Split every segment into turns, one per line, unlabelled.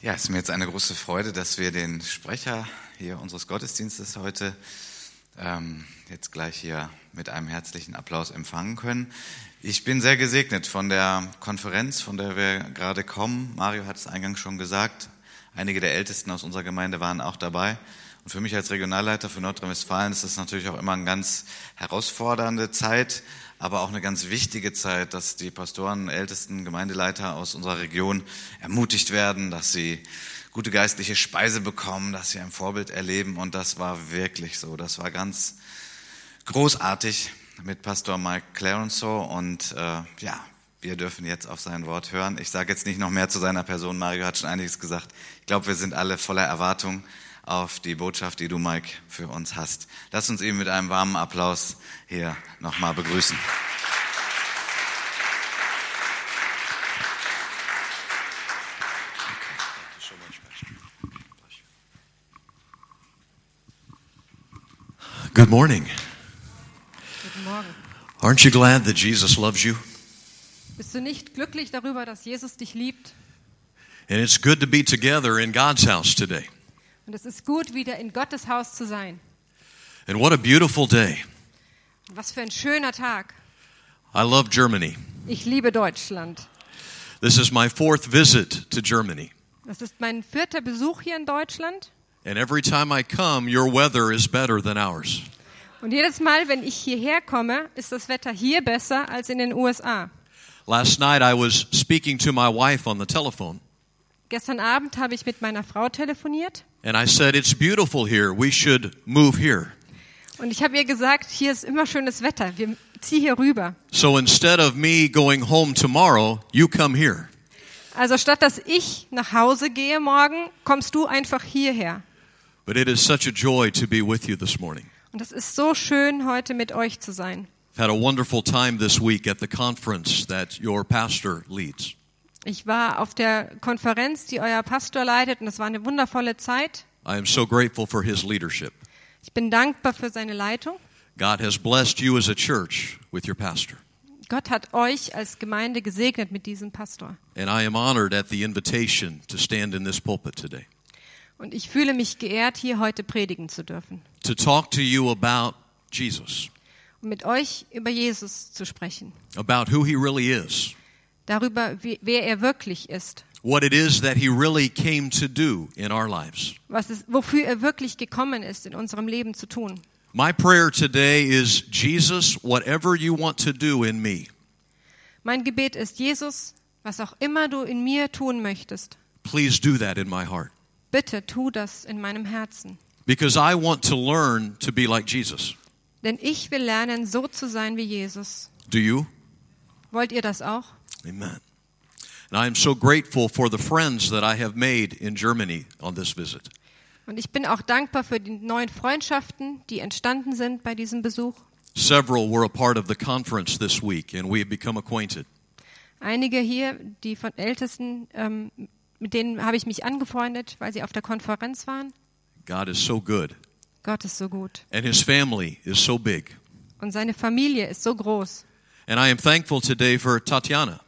Ja, es ist mir jetzt eine große Freude, dass wir den Sprecher hier unseres Gottesdienstes heute ähm, jetzt gleich hier mit einem herzlichen Applaus empfangen können. Ich bin sehr gesegnet von der Konferenz, von der wir gerade kommen. Mario hat es eingangs schon gesagt. Einige der Ältesten aus unserer Gemeinde waren auch dabei. Und für mich als Regionalleiter für Nordrhein-Westfalen ist das natürlich auch immer eine ganz herausfordernde Zeit, aber auch eine ganz wichtige Zeit, dass die Pastoren, Ältesten, Gemeindeleiter aus unserer Region ermutigt werden, dass sie gute geistliche Speise bekommen, dass sie ein Vorbild erleben. Und das war wirklich so. Das war ganz großartig mit Pastor Mike Clarenceau. Und äh, ja, wir dürfen jetzt auf sein Wort hören. Ich sage jetzt nicht noch mehr zu seiner Person. Mario hat schon einiges gesagt. Ich glaube, wir sind alle voller Erwartung auf die Botschaft, die du, Mike, für uns hast. Lass uns ihn mit einem warmen Applaus hier nochmal begrüßen.
Good morning.
Guten Morgen.
Aren't you glad that Jesus loves you?
Bist du nicht glücklich darüber, dass Jesus dich liebt?
And it's good to be together in God's house today.
Und es ist gut, wieder in Gottes Haus zu sein.
And what a beautiful day.
Und Was für ein schöner Tag.
I love Germany.
Ich liebe Deutschland.
This is my fourth visit to Germany.
Das ist mein vierter Besuch hier in Deutschland.
And every time I come, your weather is better than ours.
Und jedes Mal, wenn ich hierher komme, ist das Wetter hier besser als in den USA.
Last night, I was speaking to my wife on the telephone,
Gestern Abend habe ich mit meiner Frau telefoniert
and I said, It's beautiful here. We should move here.
und ich habe ihr gesagt, hier ist immer schönes Wetter. Wir ziehen hier rüber.
So instead of me going home tomorrow, you come here.
Also statt dass ich nach Hause gehe morgen, kommst du einfach hierher.
But it is such a joy to be with you this morning.
Und es ist so schön, heute mit euch zu sein.
I've had a wonderful time this week at the conference that your pastor leads.
Ich war auf der Konferenz, die euer Pastor leitet, und es war eine wundervolle Zeit.
I am so grateful for his leadership.
Ich bin dankbar für seine Leitung.
God has blessed you as a church with your pastor.
Gott hat euch als Gemeinde gesegnet mit diesem Pastor.
And I am honored at the invitation to stand in this pulpit today
Und ich fühle mich geehrt, hier heute predigen zu dürfen
to talk to you about Jesus,
und mit euch über Jesus zu sprechen,
about who he really is,
darüber, wie, wer er wirklich ist,
what it is that he really came to do in our lives.
was es, wofür er wirklich gekommen ist, in unserem Leben zu tun.
My prayer today is Jesus, whatever you want to do in me,
Mein Gebet ist, Jesus, was auch immer du in mir tun möchtest,
please do that in my heart.
bitte tu das in meinem Herzen.
Because I want to learn to be like Jesus.
Denn ich will lernen, so zu sein wie Jesus.
Do you?
Wollt ihr das auch?
Amen. And I am so grateful for the friends that I have made in Germany on this visit.
Und ich bin auch dankbar für die neuen Freundschaften, die entstanden sind bei diesem Besuch.
Several were a part of the conference this week, and we have become acquainted.
Einige hier, die von Ältesten, ähm, mit denen habe ich mich angefreundet, weil sie auf der Konferenz waren.
God is so good,
Gott ist so gut.
and His family is so big.
Und seine Familie ist so groß.
And I am thankful today for Tatiana,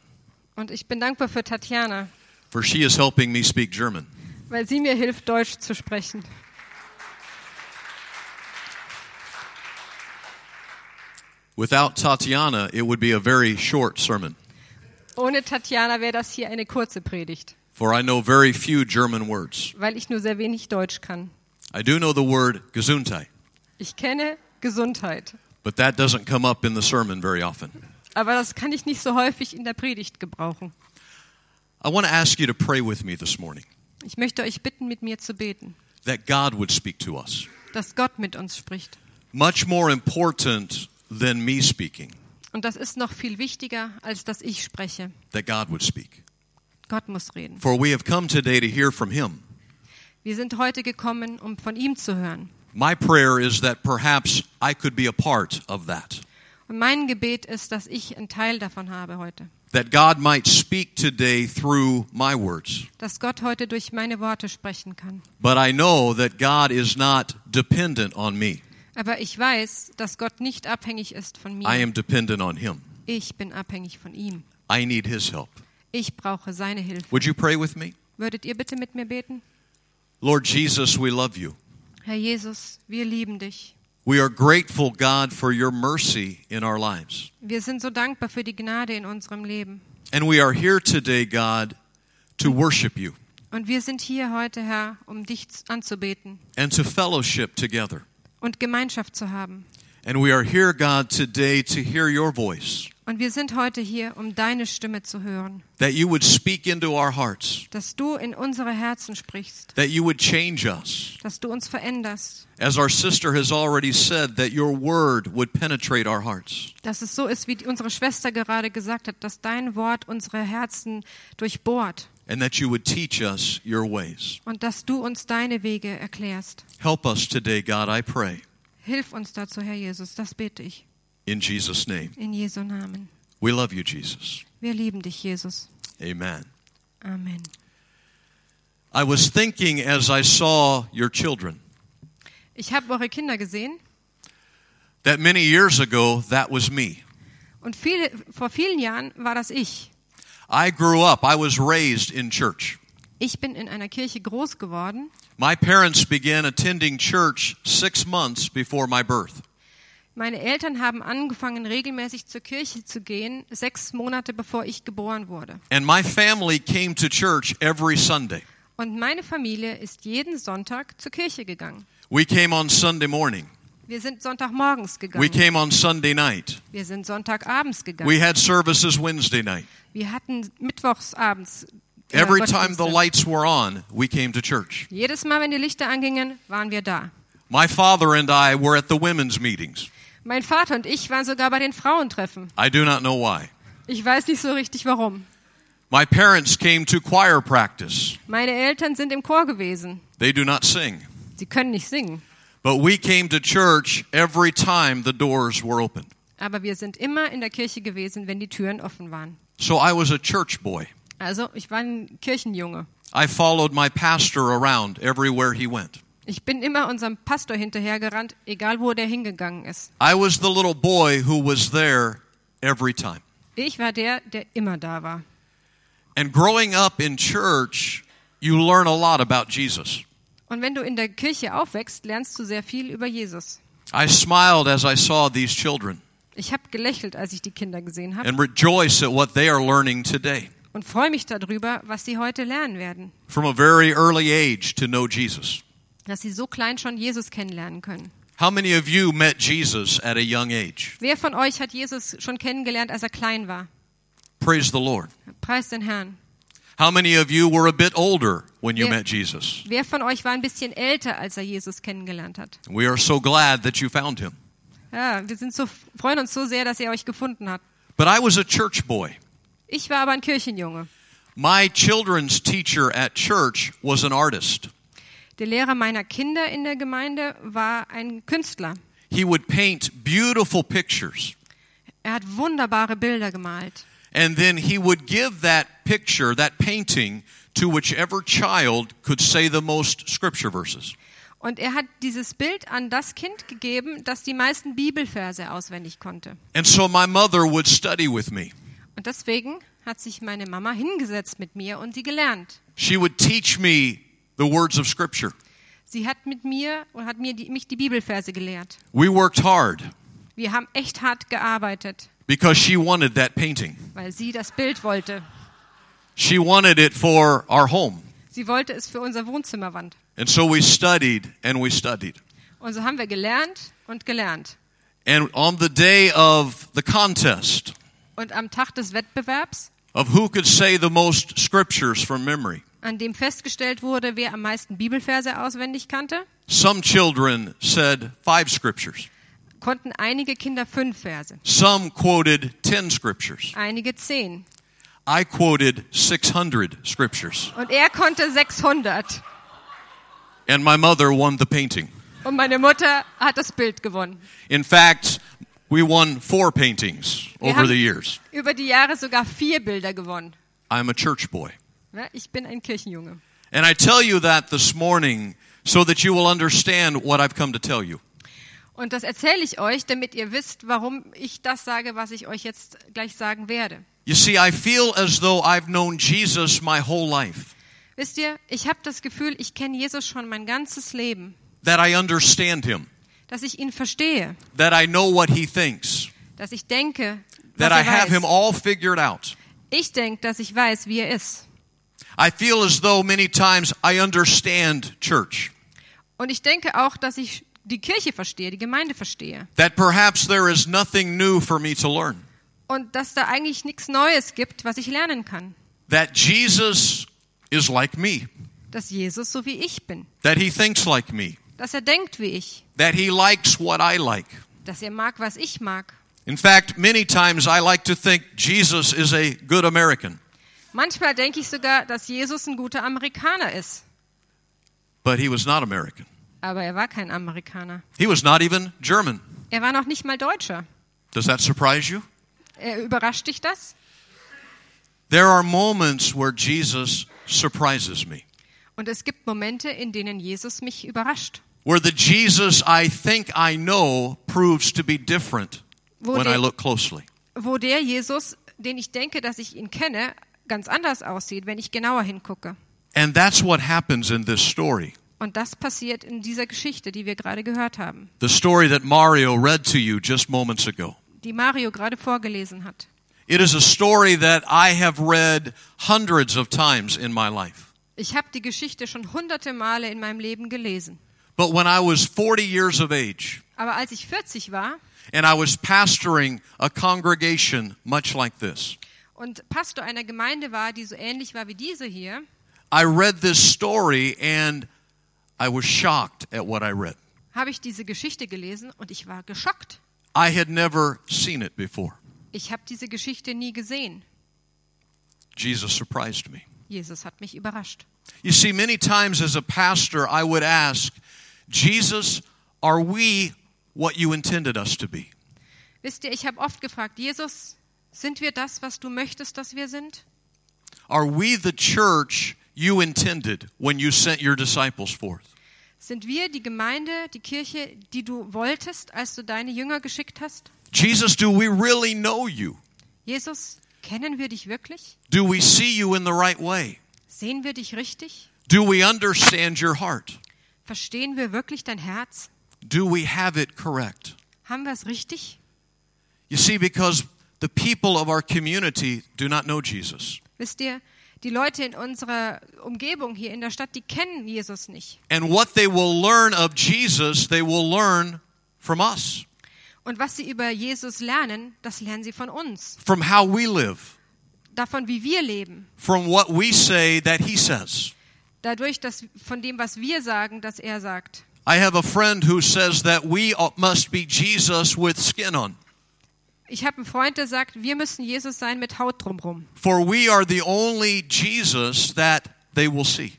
Und ich bin dankbar für Tatjana,
for she is helping me speak German.
weil sie mir hilft, Deutsch zu sprechen.
Without Tatiana, it would be a very short sermon,
Ohne Tatjana wäre das hier eine kurze Predigt,
for I know very few German words.
weil ich nur sehr wenig Deutsch kann.
I do know the word Gesundheit,
Ich kenne Gesundheit,
but that doesn't come up in the sermon very often.
aber das kann ich nicht so häufig in der Predigt gebrauchen.
I want to ask you to pray with me this morning
Ich möchte euch bitten, mit mir zu beten.
that God would speak to us.
dass Gott mit uns spricht.
Much more important than me speaking,
Und das ist noch viel wichtiger, als dass ich spreche.
that God would speak.
Gott muss reden.
For we have come today to hear from Him.
Wir sind heute gekommen, um von ihm zu hören.
My prayer is that perhaps I could be a part of that,
Und mein Gebet ist, dass ich einen Teil davon habe heute.
that God might speak today through my words.
Dass Gott heute durch meine Worte sprechen kann.
But I know that God is not dependent on me,
Aber ich weiß, dass Gott nicht abhängig ist von
I
mir.
am dependent on Him.
Ich bin abhängig von ihm.
I need His help.
Ich brauche seine Hilfe.
Would you pray with me?
Würdet ihr bitte mit mir beten?
Lord Jesus, we love you.
Herr Jesus, wir lieben dich.
We are grateful, God, for your mercy in our lives.
Wir sind so dankbar für die Gnade in unserem Leben.
And we are here today, God, to worship you
Und wir sind hier heute, Herr, um dich z- anzubeten
and to fellowship together.
und Gemeinschaft zu haben.
And we are here, God, today to hear your voice,
Und wir sind heute hier, um deine Stimme zu hören,
that you would speak into our hearts,
dass du in unsere Herzen sprichst,
that you would change us.
dass du uns veränderst,
As our sister has already said, that your word would penetrate our hearts.
dass es so ist, wie die- unsere Schwester gerade gesagt hat, dass dein Wort unsere Herzen durchbohrt
and that you would teach us your ways.
und dass du uns deine Wege erklärst.
Help us today, God, I pray,
Hilf uns dazu, Herr Jesus, das bete ich
in Jesus' name.
in Jesu Namen.
We love you, Jesus.
Wir lieben dich, Jesus.
Amen.
Amen.
I was thinking as I saw your children
Ich habe eure Kinder gesehen
that many years ago, that was me.
und viele, vor vielen Jahren war das ich.
I grew up, I was raised in church.
Ich bin in einer Kirche groß geworden.
My parents began attending church six months before my birth.
Meine Eltern haben angefangen, regelmäßig zur Kirche zu gehen, sechs Monate bevor ich geboren wurde.
And my family came to church every Sunday.
Und meine Familie ist jeden Sonntag zur Kirche gegangen.
We came on Sunday morning.
Wir sind Sonntagmorgens
We
gegangen.
came on Sunday night.
Wir sind Sonntagabends
We
gegangen.
had services Wednesday night.
Wir hatten mittwochsabends. äh,
Every time the
Gottesdienste.
lights were on, we came to church.
Jedes Mal, wenn die Lichter angingen, waren wir da.
My father and I were at the women's meetings.
Mein Vater und ich waren sogar bei den Frauentreffen.
I do not know why.
Ich weiß nicht so richtig warum.
My parents came to choir practice.
Meine Eltern sind im Chor gewesen.
They do not sing.
Sie können nicht singen.
But we came to church every time the doors were open.
Aber wir sind immer in der Kirche gewesen, wenn die Türen offen waren.
So I was a church boy.
Also ich war ein Kirchenjunge.
I followed my pastor around everywhere he went.
Ich bin immer unserem Pastor hinterhergerannt, egal wo der hingegangen ist.
I was the little boy who was there every time.
Ich war der, der immer da war.
And growing up in church, you learn a lot about Jesus.
Und wenn du in der Kirche aufwächst, lernst du sehr viel über Jesus.
I smiled as I saw these children.
Ich habe gelächelt, als ich die Kinder gesehen habe
and rejoice at what they are learning today
und freue mich darüber, was sie heute lernen werden,
from a very early age to know Jesus.
dass sie so klein schon Jesus kennenlernen können.
How many of you met Jesus at a young age?
Wer von euch hat Jesus schon kennengelernt, als er klein war?
Praise the Lord.
Preis den Herrn.
How many of you were a bit older when you
Yeah.
met Jesus?
Wer von euch war ein bisschen älter, als er Jesus kennengelernt hat?
We are so glad that you found him.
Ja, wir sind so, freuen uns so sehr, dass ihr euch gefunden habt.
But I was a church boy.
Ich war aber ein Kirchenjunge.
My children's teacher at church was an artist.
Der Lehrer meiner Kinder in der Gemeinde war ein Künstler.
He would paint beautiful pictures,
Er hat wunderbare Bilder gemalt.
and then he would give that picture, that painting, to whichever child could say the most scripture verses.
Und er hat dieses Bild an das Kind gegeben, das die meisten Bibelverse auswendig konnte.
And so my mother would study with me.
Und deswegen hat sich meine Mama hingesetzt mit mir und sie gelernt.
She would teach me the words of Scripture.
Sie hat mit mir und hat mir die, mich die Bibelverse gelehrt.
We worked hard
Wir haben echt hart gearbeitet,
because she wanted that painting.
weil sie das Bild wollte.
She wanted it for our home.
Sie wollte es für unser Wohnzimmerwand.
And so we studied and we studied.
Und so haben wir gelernt und gelernt.
And on the day of the contest
Und am Tag des Wettbewerbs
of who could say the most scriptures from memory,
an dem festgestellt wurde, wer am meisten Bibelverse auswendig kannte,
some children said five scriptures,
konnten einige Kinder fünf Verse,
some quoted 10 scriptures.
einige zehn.
I quoted 600 scriptures,
Und er konnte 600.
and my mother won the painting.
Und meine Mutter hat das Bild gewonnen.
In fact, we won four paintings
Wir
over
haben-
the years.
Über die Jahre sogar vier Bilder gewonnen.
I'm a church boy.
Ja, Ich bin ein Kirchenjunge.
And I tell you that this morning so that you will understand what I've come to tell you.
Und das erzähle ich euch, damit ihr wisst, warum ich das sage, was ich euch jetzt gleich sagen werde.
You see, I feel as though I've known Jesus my whole life.
Wisst ihr, ich habe das Gefühl, ich kenne Jesus schon mein ganzes Leben,
that I understand him,
dass ich ihn verstehe,
that I know what he thinks,
dass ich denke,
that
was
I have
er
him
weiß.
all figured out.
Ich denke, dass ich weiß, wie er ist.
I feel as though many times I understand church,
Und ich denke auch, dass ich die Kirche verstehe, die Gemeinde verstehe.
that perhaps there is nothing new for me to learn,
Und dass da eigentlich nichts Neues gibt, was ich lernen kann.
that Jesus is like me,
Dass Jesus so wie ich bin.
that he thinks like me,
Dass er denkt wie ich.
that he likes what I like.
Dass er mag, was ich mag.
In fact, many times I like to think Jesus is a good American,
Manchmal denke ich sogar, dass Jesus ein guter Amerikaner ist.
but he was not American.
Aber er war kein Amerikaner.
He was not even German.
Er war noch nicht mal Deutscher.
Does that surprise you?
Äh, überrascht dich das?
There are moments where Jesus surprises me,
Und es gibt Momente, in denen Jesus mich überrascht.
where the Jesus I think I know proves to be different
Wo
when
der-
I look closely.
Wo der Jesus, den ich denke, dass ich ihn kenne, ganz anders aussieht, wenn ich genauer hingucke.
And that's what happens in this story.
Und das passiert in dieser Geschichte, die wir gerade gehört haben,
The story that Mario read to you just moments ago.
die Mario gerade vorgelesen hat.
It is a story that I have read hundreds of times in my life.
Ich habe die Geschichte schon hunderte Male in meinem Leben gelesen.
But when I was 40 years of age
Aber als ich 40 war
and I was pastoring a congregation much like this,
und Pastor einer Gemeinde war, die so ähnlich war wie diese hier,
I read this story and I was shocked at what I read.
habe ich diese Geschichte gelesen und ich war geschockt.
I had never seen it before.
Ich habe diese Geschichte nie gesehen.
Jesus surprised me.
Jesus hat mich überrascht.
You see, many times as a pastor, I would ask, Jesus, are we what you intended us to be?
Wisst ihr, ich habe oft gefragt, Jesus, sind wir das, was du möchtest, dass wir sind?
Are we the church you intended when you sent your disciples forth?
Sind wir die Gemeinde, die Kirche, die du wolltest, als du deine Jünger geschickt hast?
Jesus, do we really know you?
Jesus, kennen wir dich wirklich?
Do we see you in the right way?
Sehen wir dich richtig?
Do we understand your heart?
Verstehen wir wirklich dein Herz?
Do we have it correct?
Haben wir es richtig?
You see, because the people of our community do not know Jesus.
Wisst ihr, die Leute in unserer Umgebung hier in der Stadt, die kennen Jesus nicht.
And what they will learn of Jesus, they will learn from us,
Und was sie über Jesus lernen, das lernen sie von uns,
from how we live,
davon, wie wir leben,
from what we say that he says.
dadurch, dass von dem, was wir sagen, dass er sagt.
I have a friend who says that we ought- must be Jesus with skin on,
Ich habe einen Freund, der sagt, wir müssen Jesus sein mit Haut drumrum,
for we are the only Jesus that they will see.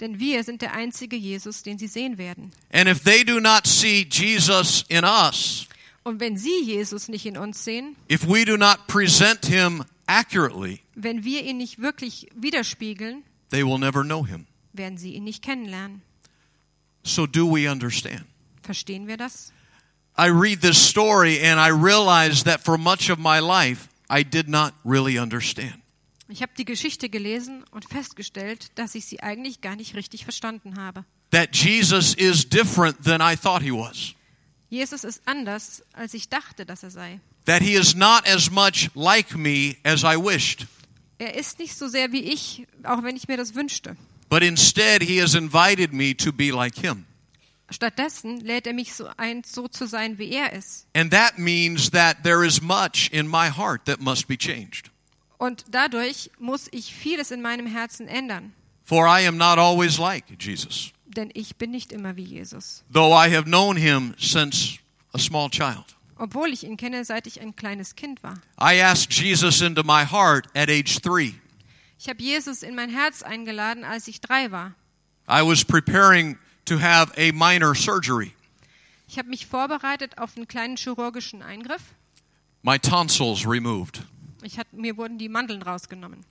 denn wir sind der einzige Jesus, den sie sehen werden.
And if they do not see Jesus in us,
Und wenn sie Jesus nicht in uns sehen,
if we do not present him accurately,
wenn wir ihn nicht wirklich widerspiegeln,
they will never know him.
werden sie ihn nicht kennenlernen.
So, do we understand?
Verstehen wir das?
I read this story and I realize that for much of my life, I did not really understand.
Ich habe die Geschichte gelesen und festgestellt, dass ich sie eigentlich gar nicht richtig verstanden habe.
That Jesus is different than I thought he was.
Jesus ist anders, als ich dachte, dass er sei.
That he is not as much like me as I wished,
Er ist nicht so sehr wie ich, auch wenn ich mir das wünschte.
but instead he has invited me to be like him.
Stattdessen lädt er mich so ein, so zu sein, wie er ist.
And that means that there is much in my heart that must be changed.
Und dadurch muss ich vieles in meinem Herzen ändern,
For I am not always like Jesus,
denn ich bin nicht immer wie Jesus,
though I have known him since a small child.
obwohl ich ihn kenne, seit ich ein kleines Kind war.
I asked Jesus into my heart at age three.
Ich habe Jesus in mein Herz eingeladen, als ich drei war.
I was preparing to have a minor surgery.
Ich habe mich vorbereitet auf einen kleinen chirurgischen Eingriff.
My tonsils removed,
Ich hat, mir wurden die Mandeln rausgenommen.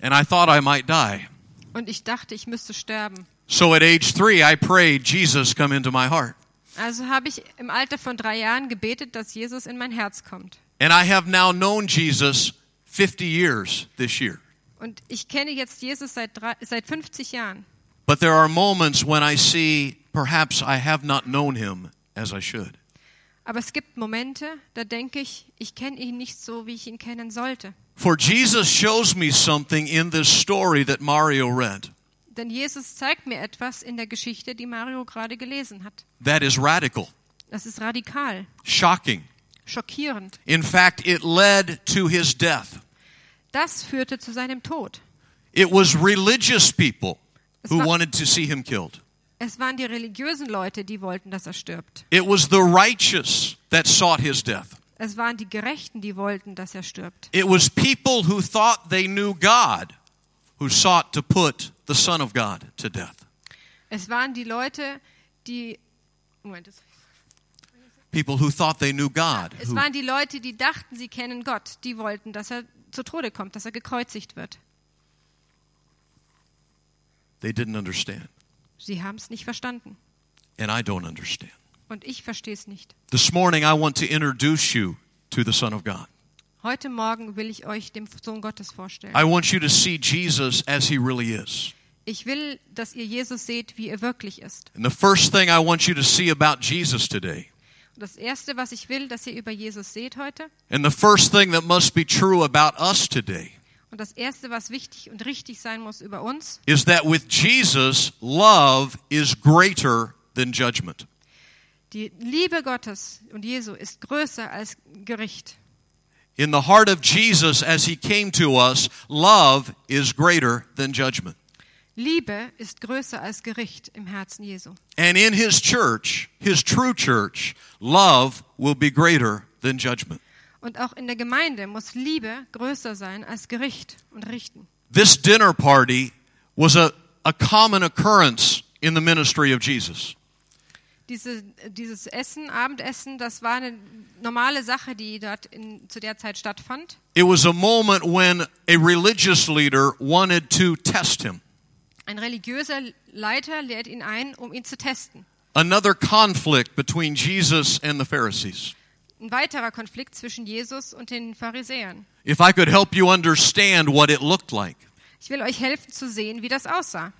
and I thought I might die.
Und ich dachte, ich müsste sterben.
So at age three, I prayed, Jesus, come into my heart.
Also habe ich im Alter von drei Jahren gebetet, dass Jesus in mein Herz kommt.
And I have now known Jesus 50 years this year.
Und ich kenne jetzt Jesus seit, drei, seit 50 Jahren.
But there are moments when I see perhaps I have not known him as I should.
Aber es gibt Momente, da denke ich, ich kenne ihn nicht so, wie ich ihn kennen sollte.
For Jesus shows me something in this story that Mario read
Denn Jesus zeigt mir etwas in der Geschichte, die Mario gerade gelesen hat.
that is radical,
Das ist radikal,
shocking.
schockierend.
In fact, it led to his death.
Das führte zu seinem Tod.
It was religious people
It's
who
not-
wanted to see him killed.
Es waren die religiösen Leute, die wollten, dass er stirbt.
It was the righteous that sought his death.
Es waren die Gerechten, die wollten, dass er stirbt.
It was people who thought they knew God who sought to put the Son of God to death.
Es waren die Leute, die Moment, das-
People who thought they knew God.
es
who-
waren die Leute, die dachten, sie kennen Gott, die wollten, dass er zu Tode kommt, dass er gekreuzigt wird.
they didn't understand.
Sie haben es nicht verstanden
And I don't understand.
und ich verstehe es nicht.
This morning, I want to introduce you to the Son of God.
Heute Morgen will ich euch dem Sohn Gottes vorstellen.
I want you to see Jesus as he really is.
Ich will, dass ihr Jesus seht, wie er wirklich ist.
And the first thing I want you to see about Jesus today,
Und das Erste, was ich will, dass ihr über Jesus seht heute,
and the first thing that must be true about us today,
und das Erste, was wichtig und richtig sein muss über uns,
is that with Jesus, love is greater than judgment.
die Liebe Gottes und Jesu ist größer als Gericht.
In the heart of Jesus as he came to us, love is greater than judgment.
Liebe ist größer als Gericht im Herzen Jesu.
And in his church, his true church, love will be greater than judgment.
Und auch in der Gemeinde muss Liebe größer sein als Gericht und Richten.
This dinner party was a, a common occurrence in the ministry of Jesus.
Diese, dieses Essen, Abendessen, das war eine normale Sache, die dort in, zu der Zeit stattfand.
It was a moment when a religious leader wanted to test him.
Ein religiöser Leiter lädt ihn ein, um ihn zu testen.
Another conflict between Jesus and the Pharisees.
Ein weiterer Konflikt zwischen Jesus und den Pharisäern.
If I could help you understand what it looked like,
Ich will euch helfen zu sehen, wie das aussah.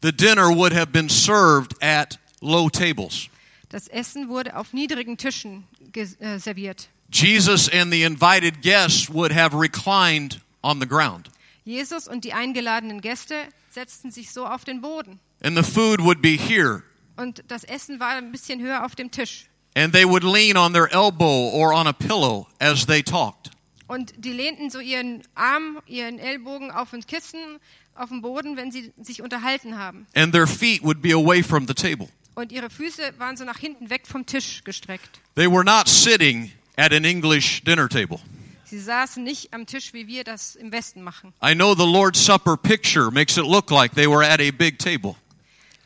the dinner would have been served at low tables.
Das Essen wurde auf niedrigen Tischen ge- äh, serviert.
Jesus and the invited guests would have reclined on the ground,
Jesus und die eingeladenen Gäste setzten sich so auf den Boden.
and the food would be here,
Und das Essen war ein bisschen höher auf dem Tisch.
and they would lean on their elbow or on a pillow as they talked.
Und die lehnten so ihren Arm, ihren Ellbogen auf ein Kissen, auf den Boden, wenn sie sich unterhalten haben.
And their feet would be away from the table.
Und ihre Füße waren so nach hinten weg vom Tisch gestreckt.
They were not sitting at an English dinner table.
Sie saßen nicht am Tisch, wie wir das im Westen machen.
I know the Lord's Supper picture makes it look like they were at a big table,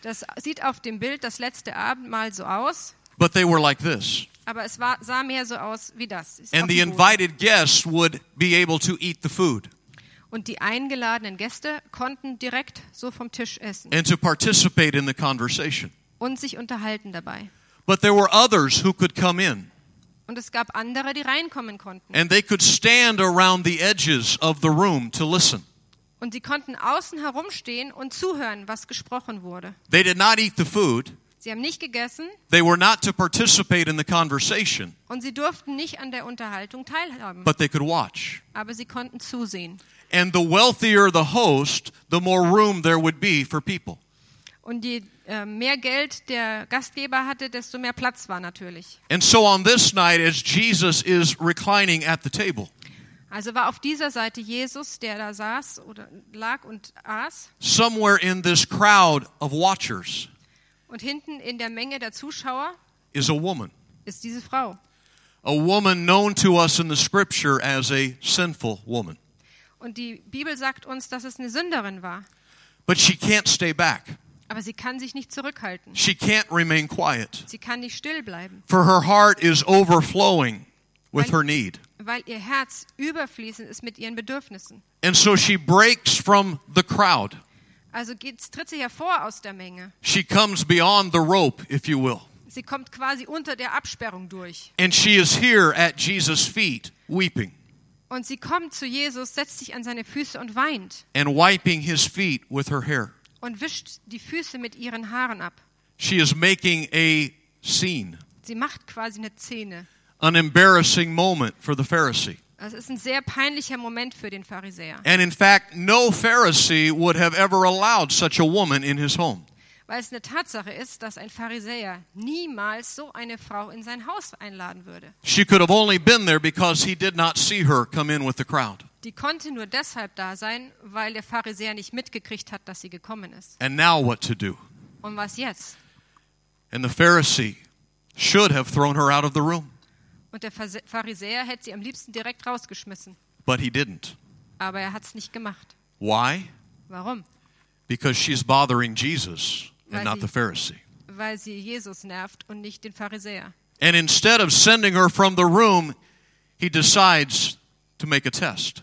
Das sieht auf dem Bild das letzte Abendmahl so aus,
but they were like this.
aber es war, sah mehr so aus wie das. Es ist auf
And the
dem Boden.
invited guests would be able to eat the food
Und die eingeladenen Gäste konnten direkt so vom Tisch essen
and to participate in the conversation.
und sich unterhalten dabei.
But there were others who could come in,
Und es gab andere, die reinkommen konnten.
and they could stand around the edges of the room to listen.
Und sie konnten außen herumstehen und zuhören, was gesprochen wurde.
They did not eat the food,
Sie haben nicht gegessen
they were not to participate in the conversation,
und sie durften nicht an der Unterhaltung teilhaben,
but they could watch.
aber sie konnten zusehen.
And the wealthier the host, the more room there would be for people.
Und je äh, mehr Geld der Gastgeber hatte, desto mehr Platz war natürlich.
And so on this night, as Jesus is reclining at the table,
Also war auf dieser Seite Jesus, der da saß oder lag und aß.
somewhere in this crowd of watchers
Und hinten in der Menge der Zuschauer
is a woman.
ist diese Frau.
A woman known to us in the scripture as a sinful woman.
Und die Bibel sagt uns, dass es eine Sünderin war.
But she can't stay back.
Aber sie kann sich nicht zurückhalten.
She can't remain quiet,
Sie kann nicht still bleiben,
for her heart is overflowing with her need.
weil ihr Herz überfließend ist mit ihren Bedürfnissen.
And so she breaks from the crowd.
Also geht's, tritt sie hervor aus der Menge.
She comes beyond the rope, if you will.
Sie kommt quasi unter der Absperrung durch.
And she is here at Jesus' feet, weeping.
Und sie kommt zu Jesus, setzt sich an seine Füße und weint
and wiping his feet with her hair.
und wischt die Füße mit ihren Haaren ab.
She is making a scene,
Sie macht quasi eine Szene.
an embarrassing moment for the Pharisee.
Also Es ist ein sehr peinlicher Moment für den Pharisäer,
And in fact, no Pharisee would have ever allowed such a woman in his home.
weil es eine Tatsache ist, dass ein Pharisäer niemals so eine Frau in sein Haus einladen würde.
She could have only been there because he did not see her come in with the crowd.
Die konnte nur deshalb da sein, weil der Pharisäer nicht mitgekriegt hat, dass sie gekommen ist.
And now what to do?
Und was jetzt?
And the Pharisee should have thrown her out of the room,
Und der Phase- Pharisäer hätte sie am liebsten direkt rausgeschmissen,
but he didn't.
aber er hat es nicht gemacht.
Why?
Warum?
Because she's bothering Jesus
Right.
and not the Pharisee.
Weil sie Jesus nervt und nicht den Pharisäer.
And instead of sending her from the room, he decides to make a test.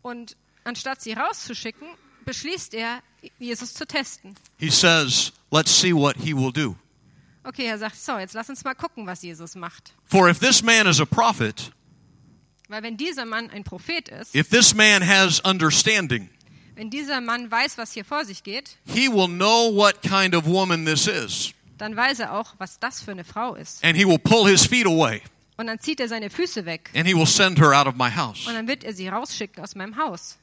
Und anstatt sie rauszuschicken, beschließt er, Jesus zu testen.
He says, Let's see what he will do.
Okay, er sagt, so, jetzt lass uns mal gucken, was Jesus macht.
For if this man is a prophet,
Weil wenn dieser Mann ein Prophet ist,
if this man has understanding,
wenn dieser Mann weiß, was hier vor sich geht,
he will know what kind of woman this is.
dann weiß er auch, was das für eine Frau ist.
And he will pull his feet away
Und dann zieht er seine Füße weg
and he will send her out of my house.
und dann wird er sie rausschicken aus meinem Haus.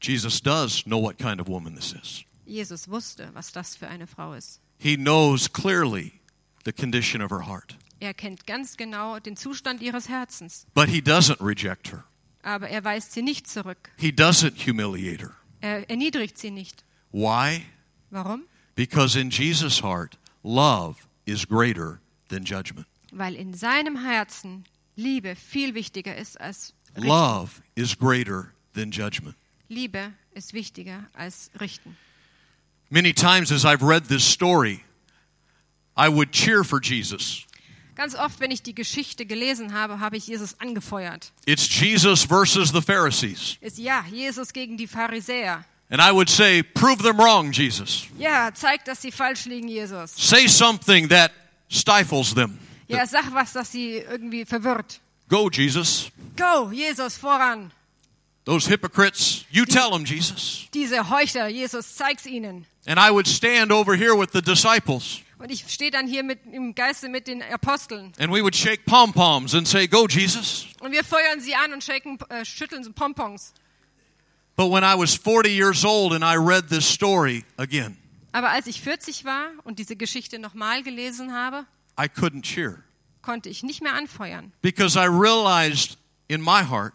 Jesus does know what kind of woman this is.
Jesus wusste, was das für eine Frau ist.
He knows clearly the condition of her heart,
Er kennt ganz genau den Zustand ihres Herzens,
but he doesn't reject her.
aber er weist sie nicht zurück.
He doesn't humiliate her.
Er erniedrigt sie nicht.
Why?
Warum?
Because in Jesus' heart, love is greater than judgment.
Weil in seinem Herzen Liebe viel wichtiger ist als Richten.
Love is greater than judgment.
Liebe ist wichtiger als Richten.
Many times as I've read this story, I would cheer for Jesus.
Ganz oft, wenn ich die Geschichte gelesen habe, habe ich Jesus angefeuert.
It's Jesus versus the Pharisees.
Ist ja, Jesus gegen die Pharisäer.
And I would say, prove them wrong, Jesus.
Ja, zeig, dass sie falsch liegen, Jesus.
Say something that stifles them.
Ja, sag was, dass sie irgendwie verwirrt.
Go, Jesus.
Go, Jesus, voran.
Those hypocrites, you tell them, Jesus.
Diese Heuchler, Jesus, zeig's ihnen.
And I would stand over here with the disciples,
Und ich stehe dann hier mit, im Geiste mit den Aposteln.
and we would shake pom poms and say, Go, Jesus.
Und wir feuern sie an und shaken, äh, schütteln so Pompons.
But when I was 40 years old and I read this story again,
Aber als ich 40 war und diese Geschichte nochmal gelesen habe,
I couldn't cheer
konnte ich nicht mehr anfeuern,
because I realized in my heart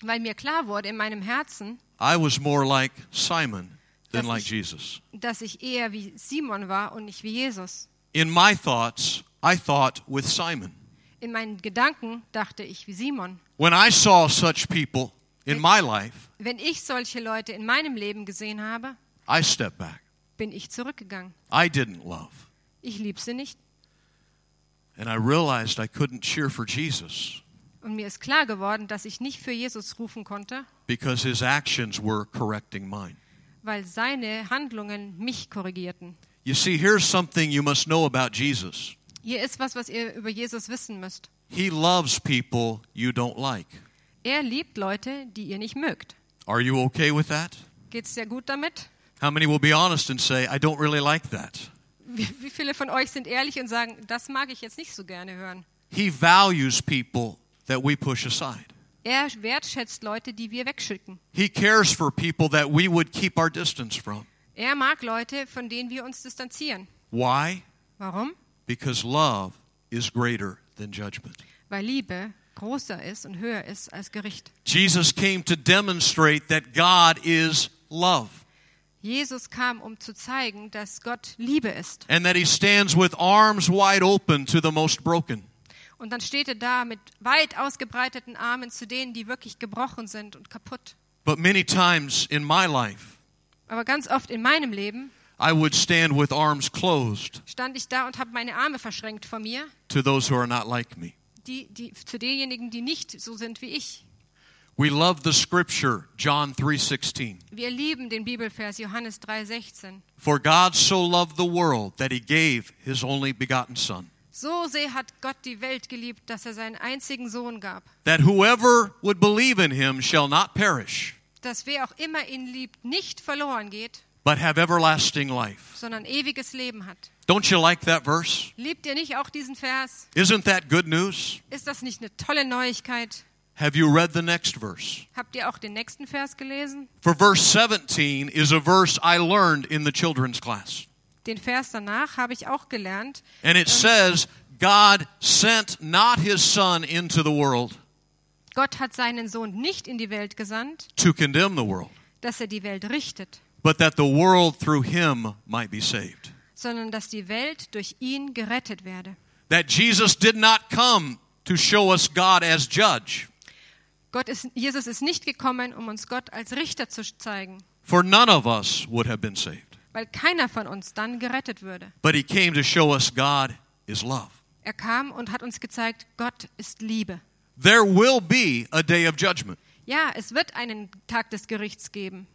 weil mir klar wurde in meinem Herzen,
I was more like Simon than
Das
like
ist-
Jesus.
dass ich eher wie Simon war und nicht wie Jesus.
In my thoughts, I thought with Simon.
In meinen Gedanken dachte ich wie Simon.
When I saw such people in my life,
Wenn ich solche Leute in meinem Leben gesehen habe,
I stepped back.
bin ich zurückgegangen.
I didn't love.
Ich lieb sie nicht.
And I realized I couldn't cheer for Jesus
Und mir ist klar geworden, dass ich nicht für Jesus rufen konnte,
because his actions were correcting mine.
weil seine Handlungen mich korrigierten.
You see, here's something you must know about Jesus
Hier ist was, was ihr über Jesus wissen müsst.
He loves people you don't like.
Er liebt Leute, die ihr nicht mögt.
Are you okay with that?
Geht's sehr gut damit?
How many will be honest and say, I don't really like that?
Wie, wie viele von euch sind ehrlich und sagen, das mag ich jetzt nicht so gerne hören?
He values people that we push aside.
Er wertschätzt Leute, die wir wegschicken.
He cares for people that we would keep our distance from.
Er mag Leute, von denen wir uns distanzieren.
Why?
Warum?
Because love is greater than judgment.
Weil Liebe größer ist und höher ist als Gericht.
Jesus came to demonstrate that God is love
Jesus kam, um zu zeigen, dass Gott Liebe ist.
and that he stands with arms wide open to the most broken.
Und dann steht er da mit weit ausgebreiteten Armen zu denen, die wirklich gebrochen sind und kaputt.
But many times in my life,
Aber ganz oft in meinem Leben
I would stand with arms closed
stand ich da und habe meine Arme verschränkt vor mir,
to those who are not like me.
die, die, zu denjenigen, die nicht so sind wie ich.
We love the scripture John 3:16.
Wir lieben den Bibelvers Johannes 3,16.
For God so loved the world that he gave his only begotten son
So sehr hat Gott die Welt geliebt, dass er seinen einzigen Sohn gab,
that whoever would believe in him shall not perish,
dass wer auch immer ihn liebt, nicht verloren geht,
but have everlasting life.
sondern ewiges Leben hat.
Don't you like that verse?
Liebt ihr nicht auch diesen Vers?
Isn't that good news?
Ist das nicht eine tolle Neuigkeit?
Have you read the next verse?
Habt ihr auch den nächsten Vers gelesen?
For verse 17 is a verse I learned in the children's class.
Den Vers danach habe ich auch gelernt.
And it says, God sent not his son into the world
Gott hat seinen Sohn nicht in die Welt gesandt,
to condemn the world,
dass er die Welt richtet,
but that the world through him might be saved.
sondern dass die Welt durch ihn gerettet werde.
That Jesus did not come to show us God as judge,
Gott ist, Jesus ist nicht gekommen, um uns Gott als Richter zu zeigen,
for none of us would have been saved,
weil keiner von uns dann gerettet würde.
but he came to show us God is love.
Er kam und hat uns gezeigt, Gott ist Liebe.
There will be a day of judgment,
Ja, es wird einen Tag des Gerichts geben,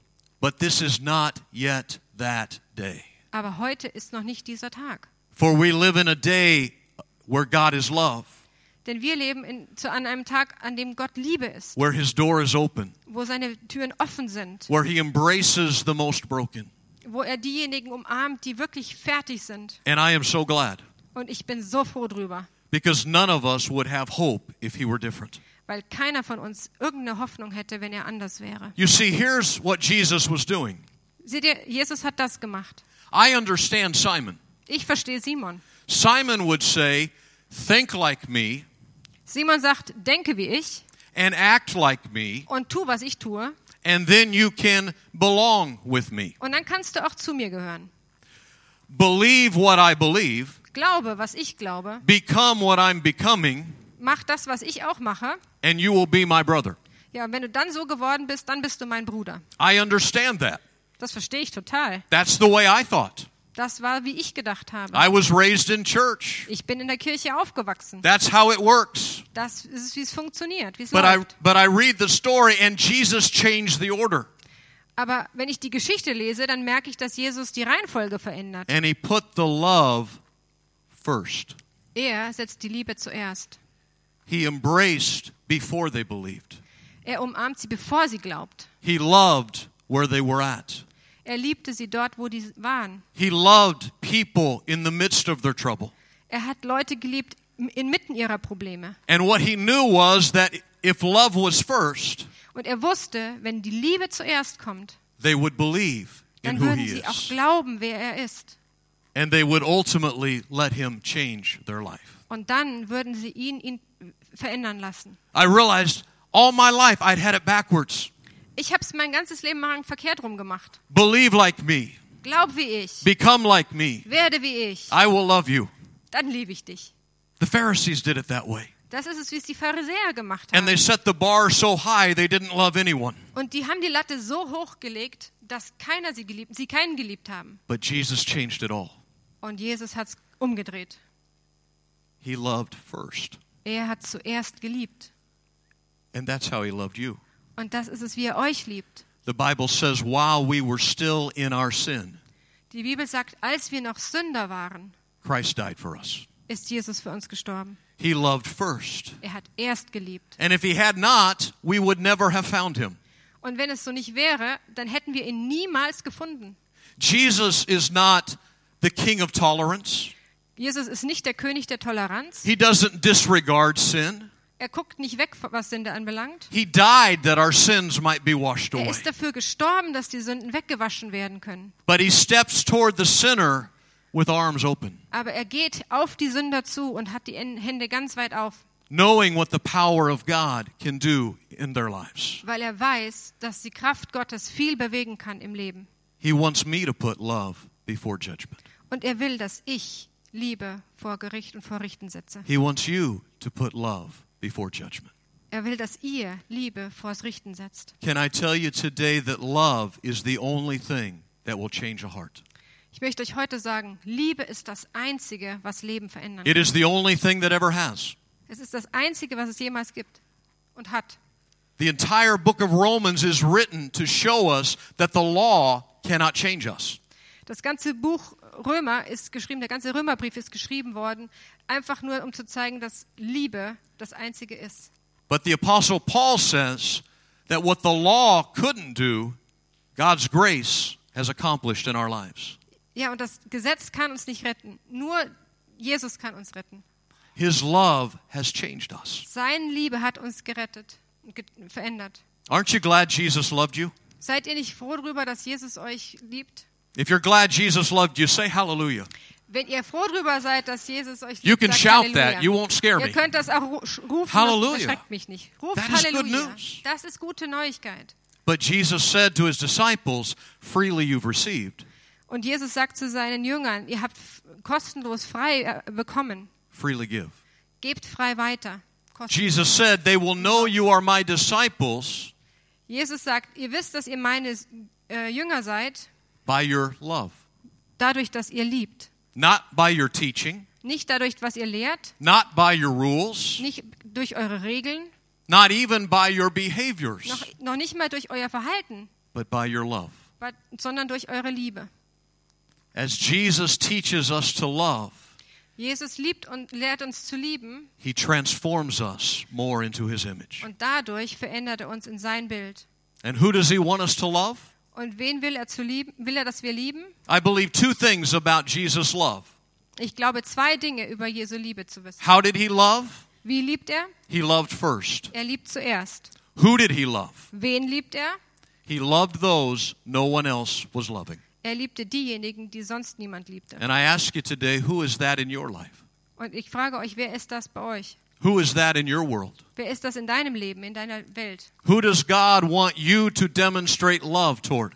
but this is not yet that day.
aber heute ist noch nicht dieser Tag.
For we live in a day where God is love,
Denn wir leben in, zu, an einem Tag, an dem Gott Liebe ist,
where his door is open,
wo seine Türen offen sind,
where he embraces the most broken.
wo er diejenigen umarmt, die wirklich fertig sind.
And I am so glad
Und ich bin so froh drüber,
because none of us would have hope if he were different.
weil keiner von uns irgendeine Hoffnung hätte, wenn er anders wäre.
You see, here's what Jesus was doing.
Seht ihr, Jesus hat das gemacht.
I understand Simon.
Ich verstehe Simon.
Simon would say, Think like me
Simon sagt, denke wie ich
and act like me,
und tu, was ich tue,
and then you can belong with me.
und dann kannst du auch zu mir gehören.
Believe what I believe,
Glaube, was ich glaube,
become what I'm becoming,
mach das, was ich auch mache.
and you will be my brother.
Ja, und wenn du dann so geworden bist, dann bist du mein Bruder.
I understand that.
Das verstehe ich total.
That's the way I thought.
Das war, wie ich gedacht habe.
I was raised in church.
Ich bin in der Kirche aufgewachsen.
That's how it works.
Das ist, es, wie es funktioniert, wie es
But I
läuft.
but I read the story and Jesus changed the order
Aber wenn ich die Geschichte lese, dann merke ich, dass Jesus die Reihenfolge verändert.
and he put the love first.
Er setzt die Liebe zuerst.
He embraced before they believed.
Er umarmt sie, bevor sie glaubt.
He loved where they were at.
Er liebte sie dort, wo die waren.
He loved people in the midst of their trouble.
Er hat Leute geliebt m- inmitten ihrer Probleme.
And what he knew was that if love was first,
Und er wusste, wenn die Liebe zuerst kommt,
they would believe in
dann
who
würden
he Oh,
sie auch
is.
glauben, wer er ist.
And they would ultimately let him change their life.
Und dann würden sie ihn, ihn verändern lassen.
I realized all my life I'd had it backwards.
Ich habe es mein ganzes Leben lang verkehrt rum gemacht.
Believe like me.
Glaub wie ich,
Become like me.
werde wie ich,
I will love you.
dann liebe ich dich.
The Pharisees did it that way.
Das ist es, wie es die Pharisäer gemacht
And
haben.
they set the bar so high they didn't love anyone.
Und die haben die Latte so hoch gelegt, dass keiner sie geliebt, sie keinen geliebt haben.
But Jesus changed it all.
Und Jesus hat es umgedreht.
He loved first.
Er hat zuerst geliebt.
And that's how he loved you.
Und das ist es, wie er euch liebt.
The Bible says, while we were still in our sin,
Die Bibel sagt, als wir noch Sünder waren,
Christ died for us.
ist Jesus für uns gestorben.
He loved first.
Er hat erst geliebt.
And if he had not, we would never have found him.
Und wenn es so nicht wäre, dann hätten wir ihn niemals gefunden.
Jesus is not the king of tolerance,
Jesus ist nicht der König der Toleranz.
he doesn't disregard sin.
Er guckt nicht weg, was Sünde anbelangt.
He died that our sins might be washed
Er
away.
ist dafür gestorben, dass die Sünden weggewaschen werden können.
But he steps toward the sinner with arms open,
Aber er geht auf die Sünder zu und hat die En- Hände ganz weit auf,
knowing what the power of God can do in their lives.
weil er weiß, dass die Kraft Gottes viel bewegen kann im Leben.
He wants me to put love before judgment.
Und er will, dass ich Liebe vor Gericht und vor Richten setze.
He wants you to put love before judgment.
Er will, dass ihr Liebe vors Richten setzt.
Can I tell you today that love is the only thing that will change a heart?
Ich möchte euch heute sagen, Liebe ist das Einzige, was Leben verändern
It
kann.
is the only thing that ever has.
Es ist das Einzige, was es jemals gibt und hat.
The entire book of Romans is written to show us that the law cannot change us.
Das ganze Buch Römer ist geschrieben, der ganze Römerbrief ist geschrieben worden, einfach nur um zu zeigen, dass Liebe das Einzige ist.
But the Apostle Paul says that what the law couldn't do, God's grace has accomplished in our lives.
Ja, und das Gesetz kann uns nicht retten. Nur Jesus kann uns retten.
His love has changed us.
Seine Liebe hat uns gerettet und ge verändert.
Aren't you glad Jesus loved you?
Seid ihr nicht froh darüber, dass Jesus euch liebt?
If you're glad Jesus loved you, say hallelujah.
Wenn ihr froh darüber seid, dass Jesus euch liebt,
You can
sagt
shout
Halleluja.
that. You won't scare
ihr
me.
könnt das auch ru- sch- rufen,
Halleluja.
das schreckt mich nicht. Ruft
That is good
Halleluja.
news.
Das ist gute Neuigkeit.
But Jesus said to his disciples, Freely you've received,
Und Jesus sagt zu seinen Jüngern, ihr habt f- kostenlos frei äh, bekommen,
freely give.
gebt frei weiter. Kostenlos.
Jesus said, They will know you are my disciples
Jesus sagt, ihr wisst, dass ihr meine äh, Jünger seid,
by your love,
dadurch, dass ihr liebt.
not by your teaching,
Nicht dadurch, was ihr lehrt,
not by your rules,
nicht durch eure Regeln,
not even by your behaviors,
noch, noch nicht mal durch euer Verhalten,
but by your love.
but- sondern durch eure Liebe.
As Jesus teaches us to love,
Jesus liebt und lehrt uns zu lieben
he transforms us more into his image.
und dadurch verändert er uns in sein Bild.
And who does he want us to love?
Und wen will er zu lieben? Will er, dass wir lieben?
I believe two things about Jesus' love.
Ich glaube, zwei Dinge über Jesu Liebe zu wissen.
How did he love?
Wie liebt er?
He loved first.
Er liebt zuerst.
Who did he love?
Wen liebt er?
He loved those no one else was loving.
Er liebte diejenigen, die sonst niemand liebte.
And I ask you today, who is that in your life?
Und ich frage euch, wer ist das bei euch?
Who is that in your world?
Wer ist das in deinem Leben, in deiner Welt?
Who does God want you to demonstrate love toward?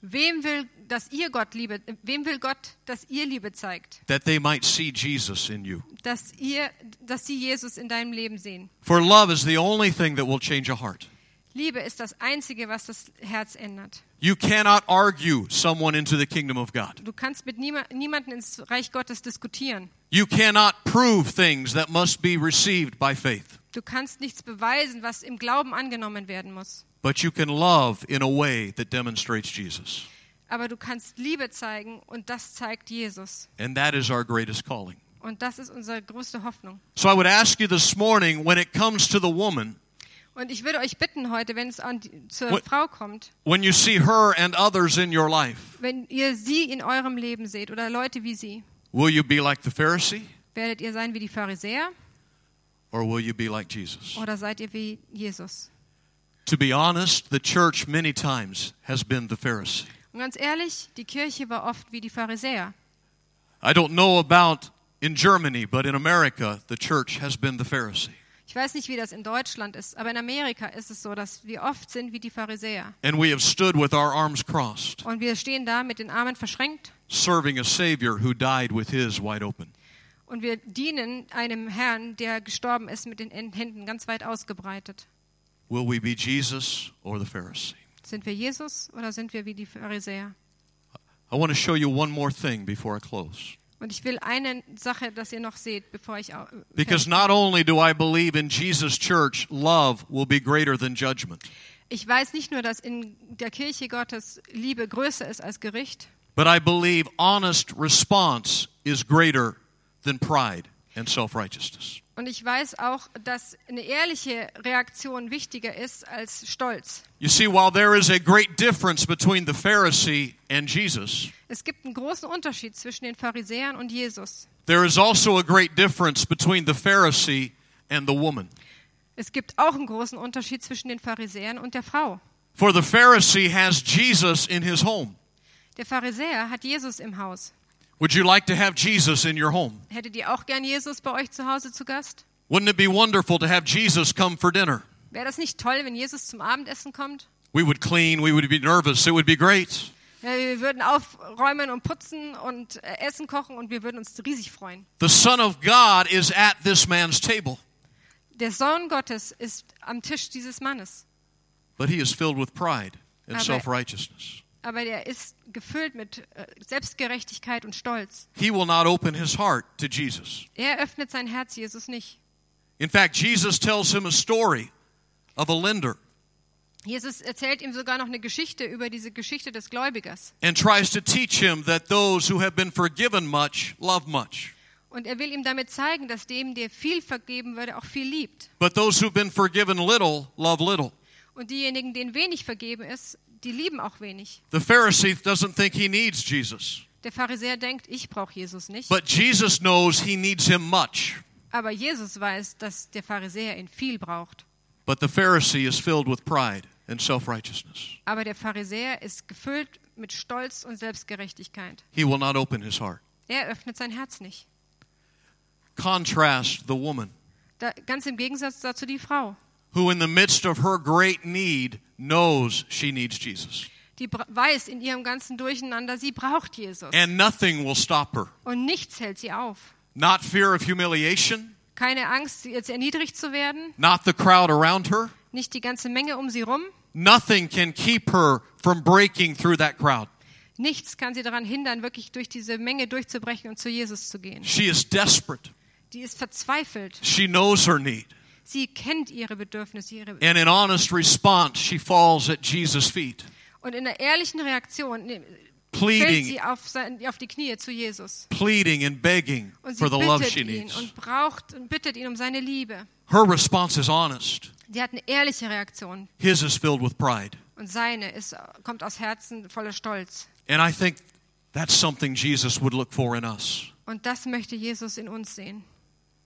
Wem will, dass ihr Gott liebe, äh, wem will Gott, dass ihr Liebe zeigt?
That they might see Jesus in you.
Dass ihr, dass sie Jesus in deinem Leben sehen.
For love is the only thing that will change a heart.
Liebe ist das einzige, was das Herz ändert.
You cannot argue someone into the kingdom of God.
Du kannst mit niema niemanden ins Reich Gottes diskutieren.
You cannot prove things that must be received by faith.
Du kannst nichts beweisen, was im Glauben angenommen werden muss.
But you can love in a way that demonstrates Jesus.
Aber du kannst Liebe zeigen und das zeigt Jesus.
And that is our greatest calling.
Und das ist unsere größte Hoffnung.
So I would ask you this morning when it comes to the woman,
Und ich würde euch bitten heute, wenn es an die, zur
What-
Frau kommt,
when you see her and others in your life,
wenn ihr sie in eurem Leben seht oder Leute wie sie,
will you be like the Pharisee
werdet ihr sein wie die Pharisäer
or will you be like Jesus?
oder seid ihr wie Jesus?
To be honest, the church many times has been the Pharisee.
Und ganz ehrlich, die Kirche war oft wie die Pharisäer.
I don't know about in Germany, but in America, the church has been the Pharisee.
Ich weiß nicht, wie das in Deutschland ist, aber in Amerika ist es so, dass wir oft sind wie die Pharisäer.
And we have stood with our arms crossed,
Und wir stehen da mit den Armen verschränkt
serving a Savior who died with his wide open.
und wir dienen einem Herrn, der gestorben ist mit den Händen ganz weit ausgebreitet.
Will we be Jesus or the Pharisee?
Sind wir Jesus oder sind wir wie die Pharisäer?
I want to show you one more thing before I close.
Und ich will eine Sache, dass ihr noch seht, bevor ich au-
Because
fertig-
not only do I believe in Jesus' church, love will be greater than judgment,
ich weiß nicht nur, dass in der Kirche Gottes Liebe größer ist als Gericht,
but I believe honest response is greater than pride and self righteousness.
und ich weiß auch, dass eine ehrliche Reaktion wichtiger ist als Stolz.
You see, while there is a great difference between the Pharisee and Jesus,
Es gibt einen großen Unterschied zwischen den Pharisäern und Jesus.
there is also a great difference between the Pharisee and the woman.
Es gibt auch einen großen Unterschied zwischen den Pharisäern und der Frau.
For the Pharisee has Jesus in his home.
Der Pharisäer hat Jesus im Haus.
Would you like to have Jesus in your home?
Hättet ihr auch gern Jesus bei euch zu Hause zu Gast?
Wouldn't it be wonderful to have Jesus come for dinner?
Wäre das nicht toll, wenn Jesus zum Abendessen kommt?
We would clean, we would be nervous, it would be great.
Ja, wir würden aufräumen und putzen und äh, Essen kochen und wir würden uns riesig freuen.
The Son of God is at this man's table,
Der Sohn Gottes ist am Tisch dieses Mannes,
but he is filled with pride and
Aber-
self righteousness.
aber er ist gefüllt mit äh, Selbstgerechtigkeit und Stolz.
He will not open his heart to Jesus.
Er öffnet sein Herz Jesus nicht.
In fact, Jesus tells him a story of a lender
Jesus erzählt ihm sogar noch eine Geschichte über diese Geschichte des Gläubigers.
and tries to teach him that those who have been forgiven much love much.
Und er will ihm damit zeigen, dass dem, der viel vergeben würde, auch viel liebt.
But those who've been forgiven little love little.
Und diejenigen, denen wenig vergeben ist, die lieben auch wenig.
The Pharisee doesn't think he needs Jesus,
Der Pharisäer denkt, ich brauche Jesus nicht.
but Jesus knows he needs him much.
Aber Jesus weiß, dass der Pharisäer ihn viel braucht.
But the Pharisee is filled with pride and self righteousness.
Aber der Pharisäer ist gefüllt mit Stolz und Selbstgerechtigkeit.
He will not open his heart.
Er öffnet sein Herz nicht.
Contrast the woman
Da, ganz im Gegensatz dazu die Frau.
who, in the midst of her great need, knows she needs Jesus.
Die bra- weiß in ihrem ganzen Durcheinander, sie braucht Jesus.
And nothing will stop her.
Und nichts hält sie auf.
Not fear of humiliation,
Keine Angst, jetzt erniedrigt zu werden.
not the crowd around her.
Nicht die ganze Menge um sie rum.
Nothing can keep her from breaking through that crowd.
Nichts kann sie daran hindern, wirklich durch diese Menge durchzubrechen und zu Jesus zu gehen.
She is desperate.
Die ist verzweifelt.
She knows her need.
Sie kennt ihre Bedürfnisse. Ihre
And in honest response, she falls at Jesus' feet,
und in einer ehrlichen Reaktion ne- fällt
pleading,
sie auf, sein, auf die Knie zu Jesus.
pleading and begging
Und sie
for the love
bittet
she
ihn
needs.
und braucht und bittet ihn um seine Liebe.
Her response is honest.
Sie hat eine ehrliche Reaktion
His is filled with pride.
und seine ist, kommt aus Herzen voller Stolz.
And I think that's something Jesus would look for in us.
Und das möchte Jesus in uns sehen.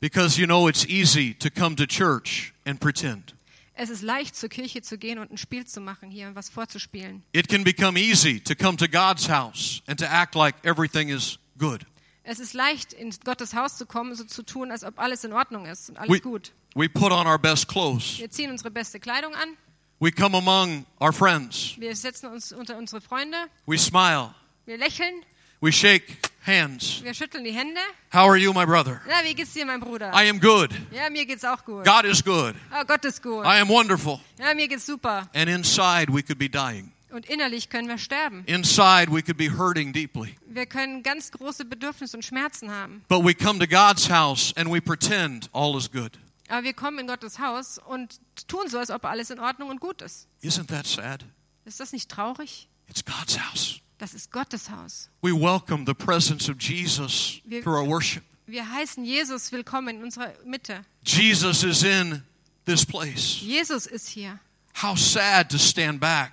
Because, you know, it's easy to come to church and pretend.
Es ist leicht, zur Kirche zu gehen und ein Spiel zu machen hier und was vorzuspielen.
It can become easy to come to God's house and to act like everything is good.
Es ist leicht, in Gottes Haus zu kommen, so zu tun, als ob alles in Ordnung ist und alles
We,
gut.
we put on our best clothes.
Wir ziehen unsere beste Kleidung an,
We come among our friends.
wir setzen uns unter unsere Freunde,
We smile.
wir lächeln,
We shake hands.
wir schütteln die Hände.
How are you, my brother?
Na, wie geht's dir, mein Bruder?
I am good.
Ja, mir geht's auch gut.
God is good.
Oh, Gott ist gut.
I am wonderful.
Ja, mir geht's super.
And inside, we could be dying.
Und innerlich können wir sterben.
Inside, we could be hurting deeply.
Wir können ganz große Bedürfnisse und Schmerzen haben.
But we come to God's house and we pretend all is good.
Aber wir kommen in Gottes Haus und tun so, als ob alles in Ordnung und gut ist.
Isn't that sad?
Ist das nicht traurig?
It's God's house.
Das ist Gottes Haus.
We welcome the presence of Jesus
Wir-
through our worship.
Wir heißen Jesus willkommen in unserer Mitte.
Jesus is in this place.
Jesus ist hier.
How sad to stand back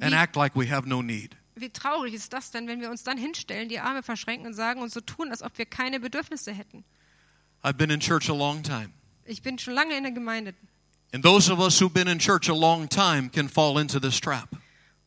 and
Wie-
act like we have no need.
Wie traurig ist das denn, wenn wir uns dann hinstellen, die Arme verschränken und sagen und so tun, als ob wir keine Bedürfnisse hätten?
I've been in church a long time.
Ich bin schon lange in der Gemeinde.
And those of us who've been in church a long time can fall into this trap.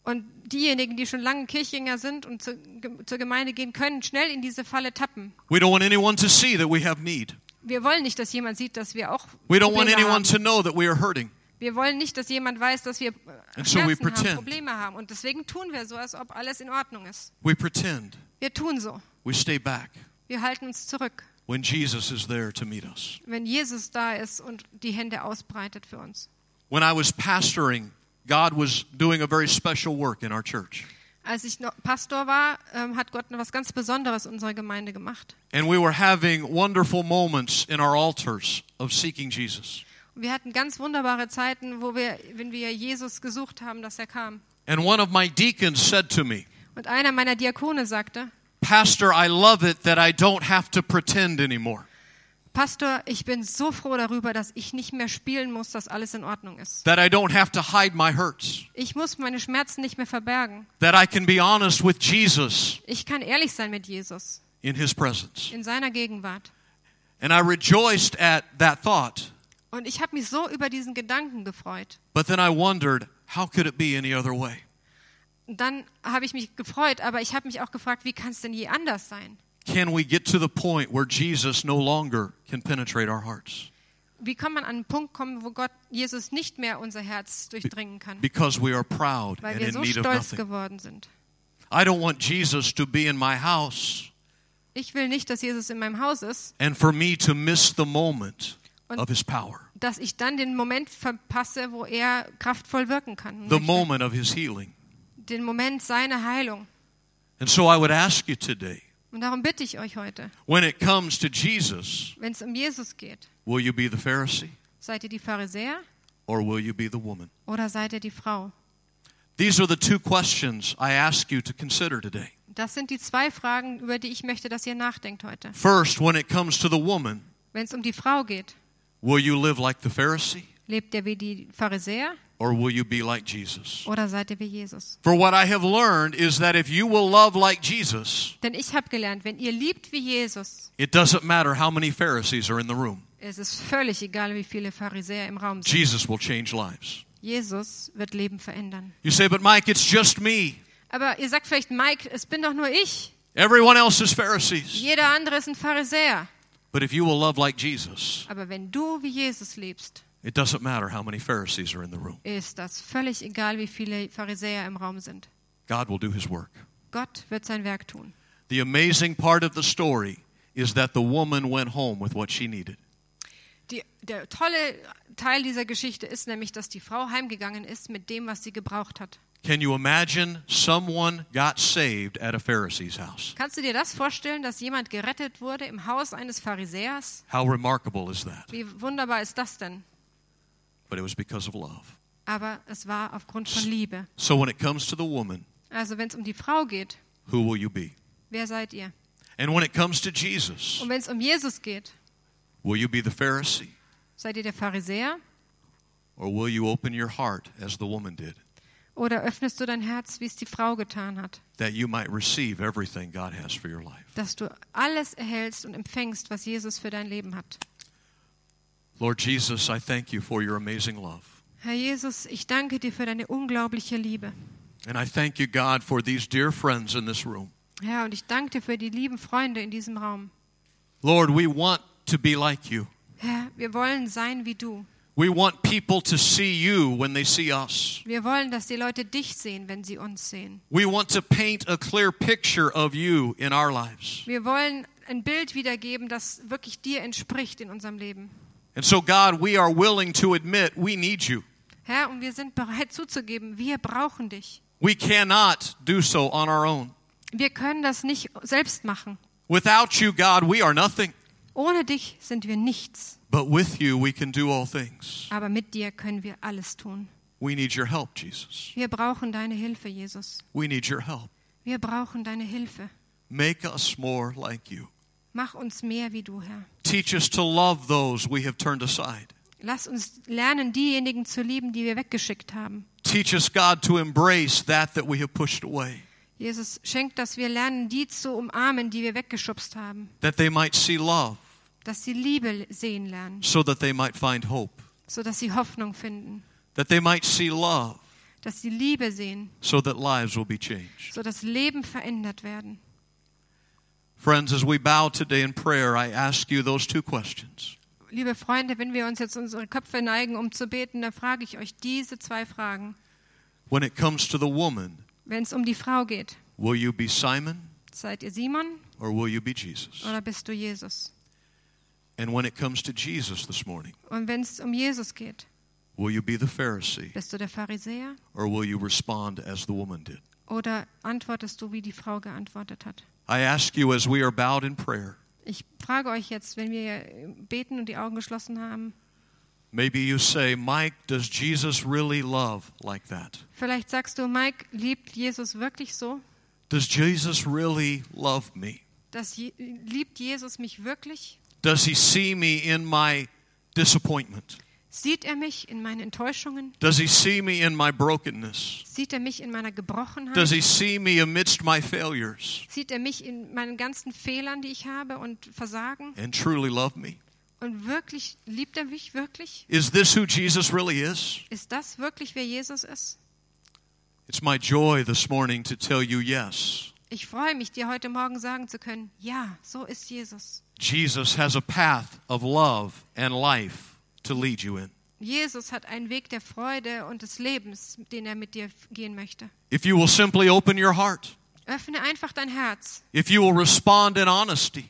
Und diejenigen, die schon lange Kirchgänger sind und zur, Ge- zur Gemeinde gehen, können schnell in diese Falle tappen.
We don't want anyone to see that we have need.
Wir wollen nicht, dass jemand sieht, dass wir auch
We don't want
Probleme
anyone
haben.
to know that we are hurting.
Wir wollen nicht, dass jemand weiß, dass wir äh,
And so we
Schmerzen haben,
pretend.
Probleme haben. Und deswegen tun wir so, als ob alles in Ordnung ist.
We pretend.
Wir tun so.
We stay back
Wir halten uns zurück,
when Jesus is there to meet us.
wenn Jesus da ist und die Hände ausbreitet für uns.
When I was pastoring, God was doing a very special work in our church.
Als ich noch Pastor war, ähm, hat Gott noch was ganz Besonderes in unserer Gemeinde gemacht.
And we were having wonderful moments in our altars of seeking Jesus.
Und wir hatten ganz wunderbare Zeiten, wo wir, wenn wir Jesus gesucht haben, dass er kam.
And one of my deacons said to me,
Und einer meiner Diakone sagte,
Pastor, I love it that I don't have to pretend anymore.
Pastor, ich bin so froh darüber, dass ich nicht mehr spielen muss, dass alles in Ordnung ist.
That I don't have to hide my hurts.
Ich muss meine Schmerzen nicht mehr verbergen.
That I can be honest with Jesus
Ich kann ehrlich sein mit Jesus
in his presence.
in seiner Gegenwart.
And I rejoiced at that thought.
Und ich habe mich so über diesen Gedanken gefreut.
But then I wondered, how could it be any other way?
Und dann habe ich mich gefreut, aber ich habe mich auch gefragt, wie kann es denn je anders sein?
Can we get to the point where Jesus no longer can penetrate our hearts
Wie kann man an einen Punkt kommen, wo Gott Jesus nicht mehr unser Herz durchdringen kann,
because we are proud
weil
and
wir
in
so
need of
stolz
nothing?
geworden sind?
I don't want Jesus to be in my house
Ich will nicht, dass Jesus in meinem Haus ist,
and for me to miss the moment
Und-
of his power,
dass ich dann den Moment verpasse, wo er kraftvoll wirken kann.
the moment of his healing.
den Moment seiner Heilung.
And so I would ask you today,
Und darum bitte ich euch heute,
when it comes to Jesus,
wenn es um Jesus geht,
will you be the Pharisee
seid ihr die Pharisäer
or will you be the woman?
oder seid ihr die Frau?
These are the two questions I ask you to consider today.
Das sind die zwei Fragen, über die ich möchte, dass ihr nachdenkt heute.
First, when it comes to the woman,
Wenn es um die Frau geht,
will you live like the Pharisee
lebt ihr wie die Pharisäer
or will you be like Jesus?
oder seid ihr wie Jesus?
For what I have learned is that if you will love like Jesus,
Denn ich habe gelernt, wenn ihr liebt wie Jesus,
it doesn't matter how many Pharisees are in the room.
es ist völlig egal, wie viele Pharisäer im Raum sind.
Jesus will change lives.
Jesus wird Leben verändern.
You say, but Mike, it's just me.
Aber ihr sagt vielleicht, Mike, es bin doch nur ich.
Everyone else is Pharisees.
Jeder andere ist ein Pharisäer.
But if you will love like Jesus,
Aber wenn du wie Jesus lebst,
it doesn't matter how many Pharisees are in the room.
ist das völlig egal, wie viele Pharisäer im Raum sind.
God will do his work.
Gott wird sein Werk tun.
The amazing part of the story is that the woman went home with what she needed.
Die, der tolle Teil dieser Geschichte ist nämlich, dass die Frau heimgegangen ist mit dem, was sie gebraucht hat.
Can you imagine someone got saved at a Pharisee's house?
Kannst du dir das vorstellen, dass jemand gerettet wurde im Haus eines Pharisäers?
How remarkable is that?
Wie wunderbar ist das denn?
But it was because of love.
Aber es war aufgrund von Liebe.
So when it comes to the woman,
Also wenn es um die Frau geht,
who will you be?
wer seid ihr?
And when it comes to Jesus,
Und wenn es um Jesus geht,
will you be the Pharisee
seid ihr der Pharisäer
or will you open your heart as the woman did
oder öffnest du dein Herz, wie es die Frau getan hat,
that you might receive everything God has for your life?
dass du alles erhältst und empfängst, was Jesus für dein Leben hat?
Lord Jesus, I thank you for your amazing love.
Herr Jesus, ich danke dir für deine unglaubliche Liebe.
And I thank you, God, for these dear friends in this room.
Herr, und ich danke dir für die lieben Freunde in diesem Raum.
Lord, we want to be like you.
Herr, wir wollen sein wie du.
We want people to see you when they see us.
Wir wollen, dass die Leute dich sehen, wenn sie uns sehen.
We want to paint a clear picture of you in our lives.
Wir wollen ein Bild wiedergeben, das wirklich dir entspricht in unserem Leben.
And so, God, we are willing to admit we need you.
Herr, und wir sind bereit zuzugeben, wir brauchen dich.
We cannot do so on our own.
Wir können das nicht selbst machen.
Without you, God, we are nothing.
Ohne dich sind wir nichts,
But with you, we can do all things.
aber mit dir können wir alles tun.
We need your help, Jesus.
Wir brauchen deine Hilfe, Jesus.
We need your help.
Wir brauchen deine Hilfe.
Make us more like you.
Mach uns mehr wie du, Herr.
Teach us to love those we have turned aside.
Lass uns lernen, diejenigen zu lieben, die wir weggeschickt haben.
Teach us, God, to embrace that that we have pushed away,
Jesus, schenk, dass wir lernen, die zu umarmen, die wir weggeschubst haben.
that they might see love,
Dass sie Liebe sehen lernen,
so that they might find hope,
sodass sie Hoffnung finden.
that they might see love,
Dass sie Liebe sehen,
so that lives will be changed.
sodass Leben verändert werden.
Friends, as we bow today in prayer, I ask you those two questions.
Liebe Freunde, wenn wir uns jetzt unsere Köpfe neigen, um zu beten, dann frage ich euch diese zwei Fragen.
When it comes to the woman,
Wenn es um die Frau geht,
will you be Simon
seid ihr Simon
or will you be Jesus?
oder bist du Jesus?
And when it comes to Jesus this morning,
Und wenn es um Jesus geht,
will you be the Pharisee
bist du der Pharisäer
or will you respond as the woman did?
oder antwortest du, wie die Frau geantwortet hat?
I ask you as we are bowed in prayer,
Ich frage euch jetzt, wenn wir beten und die Augen geschlossen haben,
maybe you say, Mike, does Jesus really love like that?
vielleicht sagst du, Mike, liebt Jesus wirklich so?
Does Jesus really love me?
Das Je liebt Jesus mich wirklich?
Does he see me in my disappointment?
Sieht er mich in meinen Enttäuschungen?
Does he see me in my brokenness?
Sieht er mich in meiner
Does
Gebrochenheit?
he see me amidst my failures
Sieht er mich in meinen ganzen Fehlern, die ich habe und Versagen?
and truly love me?
Und wirklich, liebt er mich wirklich?
Is this who Jesus really is?
Ist das wirklich, wer Jesus ist?
It's my joy this morning to tell you yes.
Ich freue mich, dir heute Morgen sagen zu können, ja, so ist Jesus.
Jesus has a path of love and life to lead you in.
Jesus hat einen Weg der Freude und des Lebens, den er mit dir gehen möchte.
If you will simply open your heart,
Öffne einfach dein Herz,
if you will respond in honesty,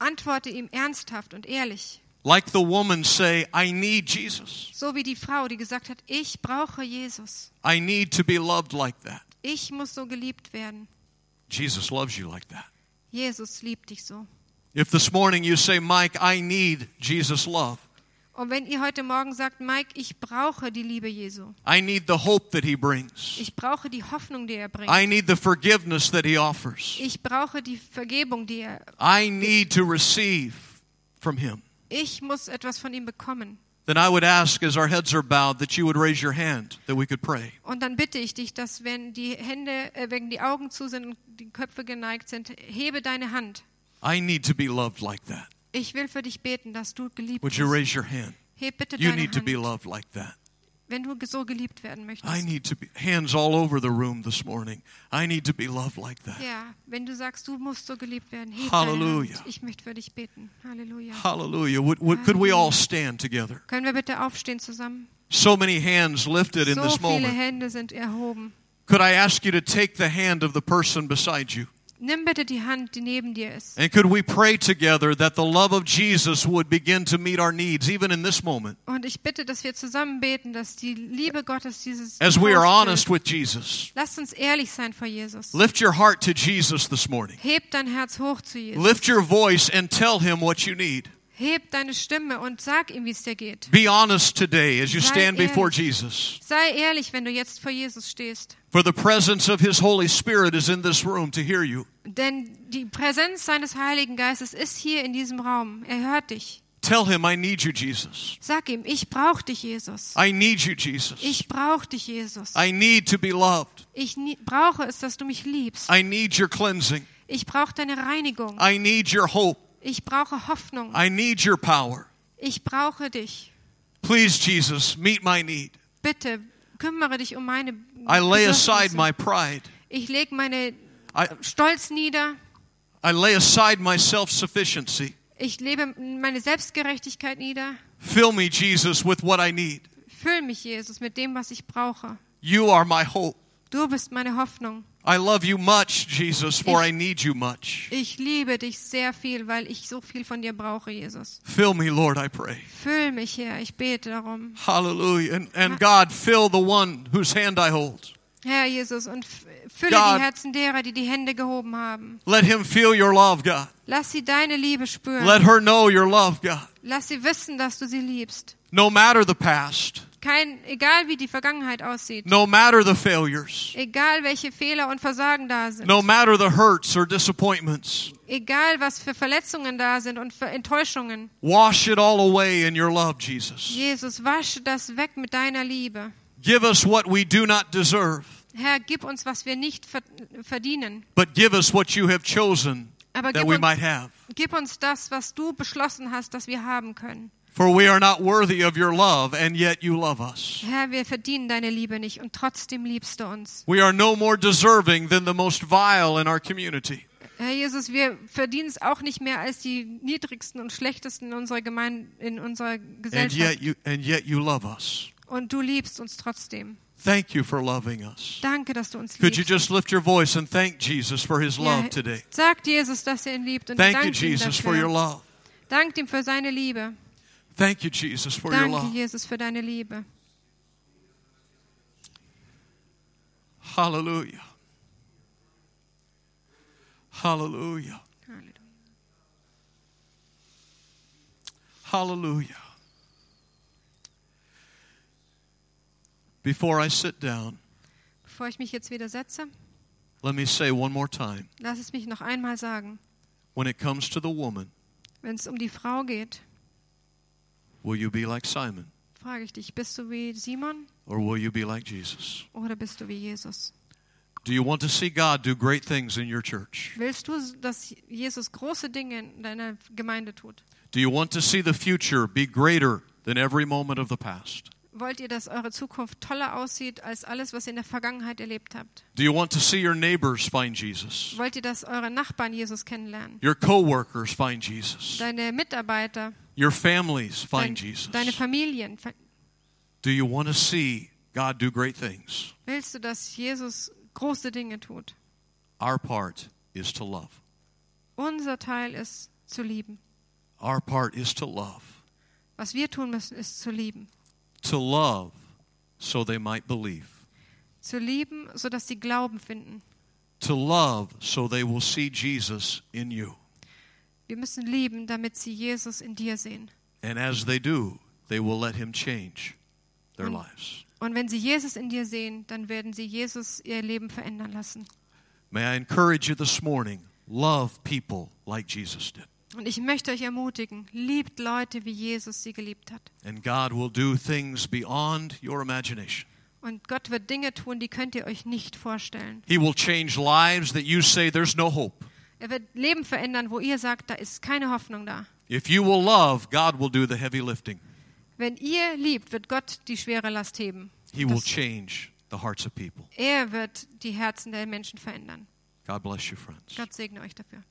antworte ihm ernsthaft und ehrlich,
like the woman say, I need Jesus.
so wie die Frau, die gesagt hat, ich brauche Jesus,
I need to be loved like that.
ich muss so geliebt werden.
Jesus loves you like that.
Jesus liebt dich so.
If this morning you say, Mike, I need Jesus' love,
Und wenn ihr heute Morgen sagt, Mike, ich brauche die Liebe Jesu.
I need the hope that He brings.
Ich brauche die Hoffnung, die er bringt.
I need the forgiveness that He offers.
Ich brauche die Vergebung, die er.
I need to receive from Him.
Ich muss etwas von ihm bekommen.
Then I would ask, as our heads are bowed, that you would raise your hand that we could pray.
Und dann bitte ich dich, dass wenn die Hände, äh, wenn die Augen zu sind und die Köpfe geneigt sind, hebe deine Hand.
I need to be loved like that.
Ich will für dich beten, dass du geliebt
Would you
bist.
raise your hand?
Heb bitte
You
deine
need to be
Hand,
loved like that.
wenn du so geliebt werden möchtest.
I need to be hands all over the room this morning. I need to be loved like that.
Ja, wenn du sagst, du musst so geliebt werden. Heb
Halleluja.
Deine Hand. Ich möchte für dich beten. Halleluja.
Hallelujah. Would, would, could we all stand together?
Können wir bitte aufstehen zusammen?
So many hands lifted in
So
this
viele
moment.
Hände sind erhoben.
Could I ask you to take the hand of the person beside you?
Nimm bitte die Hand, die neben dir ist.
And could we pray together that the love of Jesus would begin to meet our needs even in this moment
Und ich bitte, dass wir zusammen beten, dass die Liebe Gottes dieses.
as we are
ausfüllt.
honest with Jesus?
Lasst uns ehrlich sein vor Jesus.
Lift your heart to Jesus this morning.
Heb dein Herz hoch zu Jesus.
Lift your voice and tell him what you need.
Heb deine Stimme und sag ihm, wie es dir geht.
Be honest today as you
Sei
stand before
ehrlich.
Jesus.
Sei ehrlich, wenn du jetzt vor Jesus stehst.
For the presence of his Holy Spirit is in this room to hear you.
Denn die Präsenz seines Heiligen Geistes ist hier in diesem Raum. Er hört dich.
Tell him, I need you, Jesus.
Sag ihm, ich brauche dich, Jesus.
I need you, Jesus.
Ich brauche dich, Jesus.
I need to be loved.
Ich nie- brauche es, dass du mich liebst.
I need your cleansing.
Ich brauche deine Reinigung.
I need your hope.
Ich brauche Hoffnung.
I need your power.
Ich brauche dich.
Please, Jesus, meet my need.
Bitte kümmere dich um meine
I lay aside
Bedürfnisse.
my pride.
Ich lege meine
I,
Stolz nieder.
I lay aside my self sufficiency.
Ich lebe meine Selbstgerechtigkeit nieder.
Fill me, Jesus, with what I need.
Füll mich, Jesus, mit dem, was ich brauche.
You are my hope.
Du bist meine Hoffnung.
I love you much, Jesus, for I need you much.
Ich liebe dich sehr viel, weil ich so viel von dir brauche, Jesus.
Fill me, Lord, I pray.
Füll mich, Herr. Ich bete darum.
Hallelujah. And, and God, fill the one whose hand I hold.
Herr Jesus, und f- fülle
God.
die Herzen derer, die die Hände gehoben haben.
Let him feel your love, God.
Lass sie deine Liebe spüren.
Let her know your love, God.
Lass sie wissen, dass du sie liebst.
No matter the past,
Kein, egal wie die Vergangenheit aussieht,
no matter the failures,
egal welche Fehler und Versagen da sind,
no matter the hurts or disappointments,
egal was für Verletzungen da sind und für Enttäuschungen.
wash it all away in your love, Jesus.
Jesus, wasche das weg mit deiner Liebe.
Give us what we do not deserve,
Herr, gib uns, was wir nicht ver- verdienen,
but give us what you have chosen
aber
that
gib
we
uns,
might have.
gib uns das, was du beschlossen hast, dass wir haben können.
For we are not worthy of your love, and yet you love us.
Herr, wir verdienen deine Liebe nicht und trotzdem liebst du uns.
We are no more deserving than the most vile in our community.
Herr Jesus, wir verdienen es auch nicht mehr als die niedrigsten und schlechtesten in unserer Gemeinde, in unserer
And yet
Gesellschaft.
you and yet you love us.
Und du liebst uns trotzdem.
Thank you for loving us.
Danke, dass du uns
Could you
liebst.
just lift your voice and thank Jesus for his love
Ja,
today?
Sagt Jesus, dass er ihn liebt und
Thank you,
dankt ihm
Jesus, for your
dafür.
love.
Dankt ihm für seine Liebe.
Thank you, Jesus, for your
Danke,
love.
Jesus, für deine Liebe.
Hallelujah. Hallelujah.
Halleluja.
Hallelujah. Before I sit down,
Bevor ich mich jetzt wieder setze,
let me say one more time
lass es mich noch einmal sagen.
when it comes to the woman,
Wenn es um die Frau geht,
will you be like Simon
frage ich dich, bist du wie Simon
or will you be like Jesus?
oder bist du wie Jesus?
Do you want to see God do great things in your church?
Willst du, dass Jesus große Dinge in deiner Gemeinde tut?
Do you want to see the future be greater than every moment of the past?
Wollt ihr, dass eure Zukunft toller aussieht als alles, was ihr in der Vergangenheit erlebt habt?
Do you want to see your neighbors find Jesus?
Wollt ihr, dass eure Nachbarn Jesus kennenlernen?
Your coworkers find Jesus?
Deine Mitarbeiter,
Your families
dein,
find Jesus?
deine Familien. Ver-
Do you want to see God do great things?
Willst du, dass Jesus große Dinge tut?
Our part is to love.
Unser Teil ist zu lieben.
Our part is to love.
Was wir tun müssen, ist zu lieben.
To love so they might believe.
Zu lieben, sodass sie Glauben finden.
To love so they will see Jesus in you.
Wir müssen lieben, damit sie Jesus in dir sehen.
And as they do, they will let Him change their
Und-
lives.
Und wenn sie Jesus in dir sehen, dann werden sie Jesus ihr Leben verändern lassen.
May I encourage you this morning love people like Jesus did.
Und ich möchte euch ermutigen, liebt Leute, wie Jesus sie geliebt hat.
And God will do things beyond your imagination.
Und Gott wird Dinge tun, die könnt ihr euch nicht vorstellen.
He will change lives that you say there's no hope.
Er wird Leben verändern, wo ihr sagt, da ist keine Hoffnung da.
If you will love, God will do the heavy lifting.
Wenn ihr liebt, wird Gott die schwere Last heben.
He will
Das-
change the hearts of people.
Er wird die Herzen der Menschen verändern.
God bless you, friends.
Gott segne euch dafür.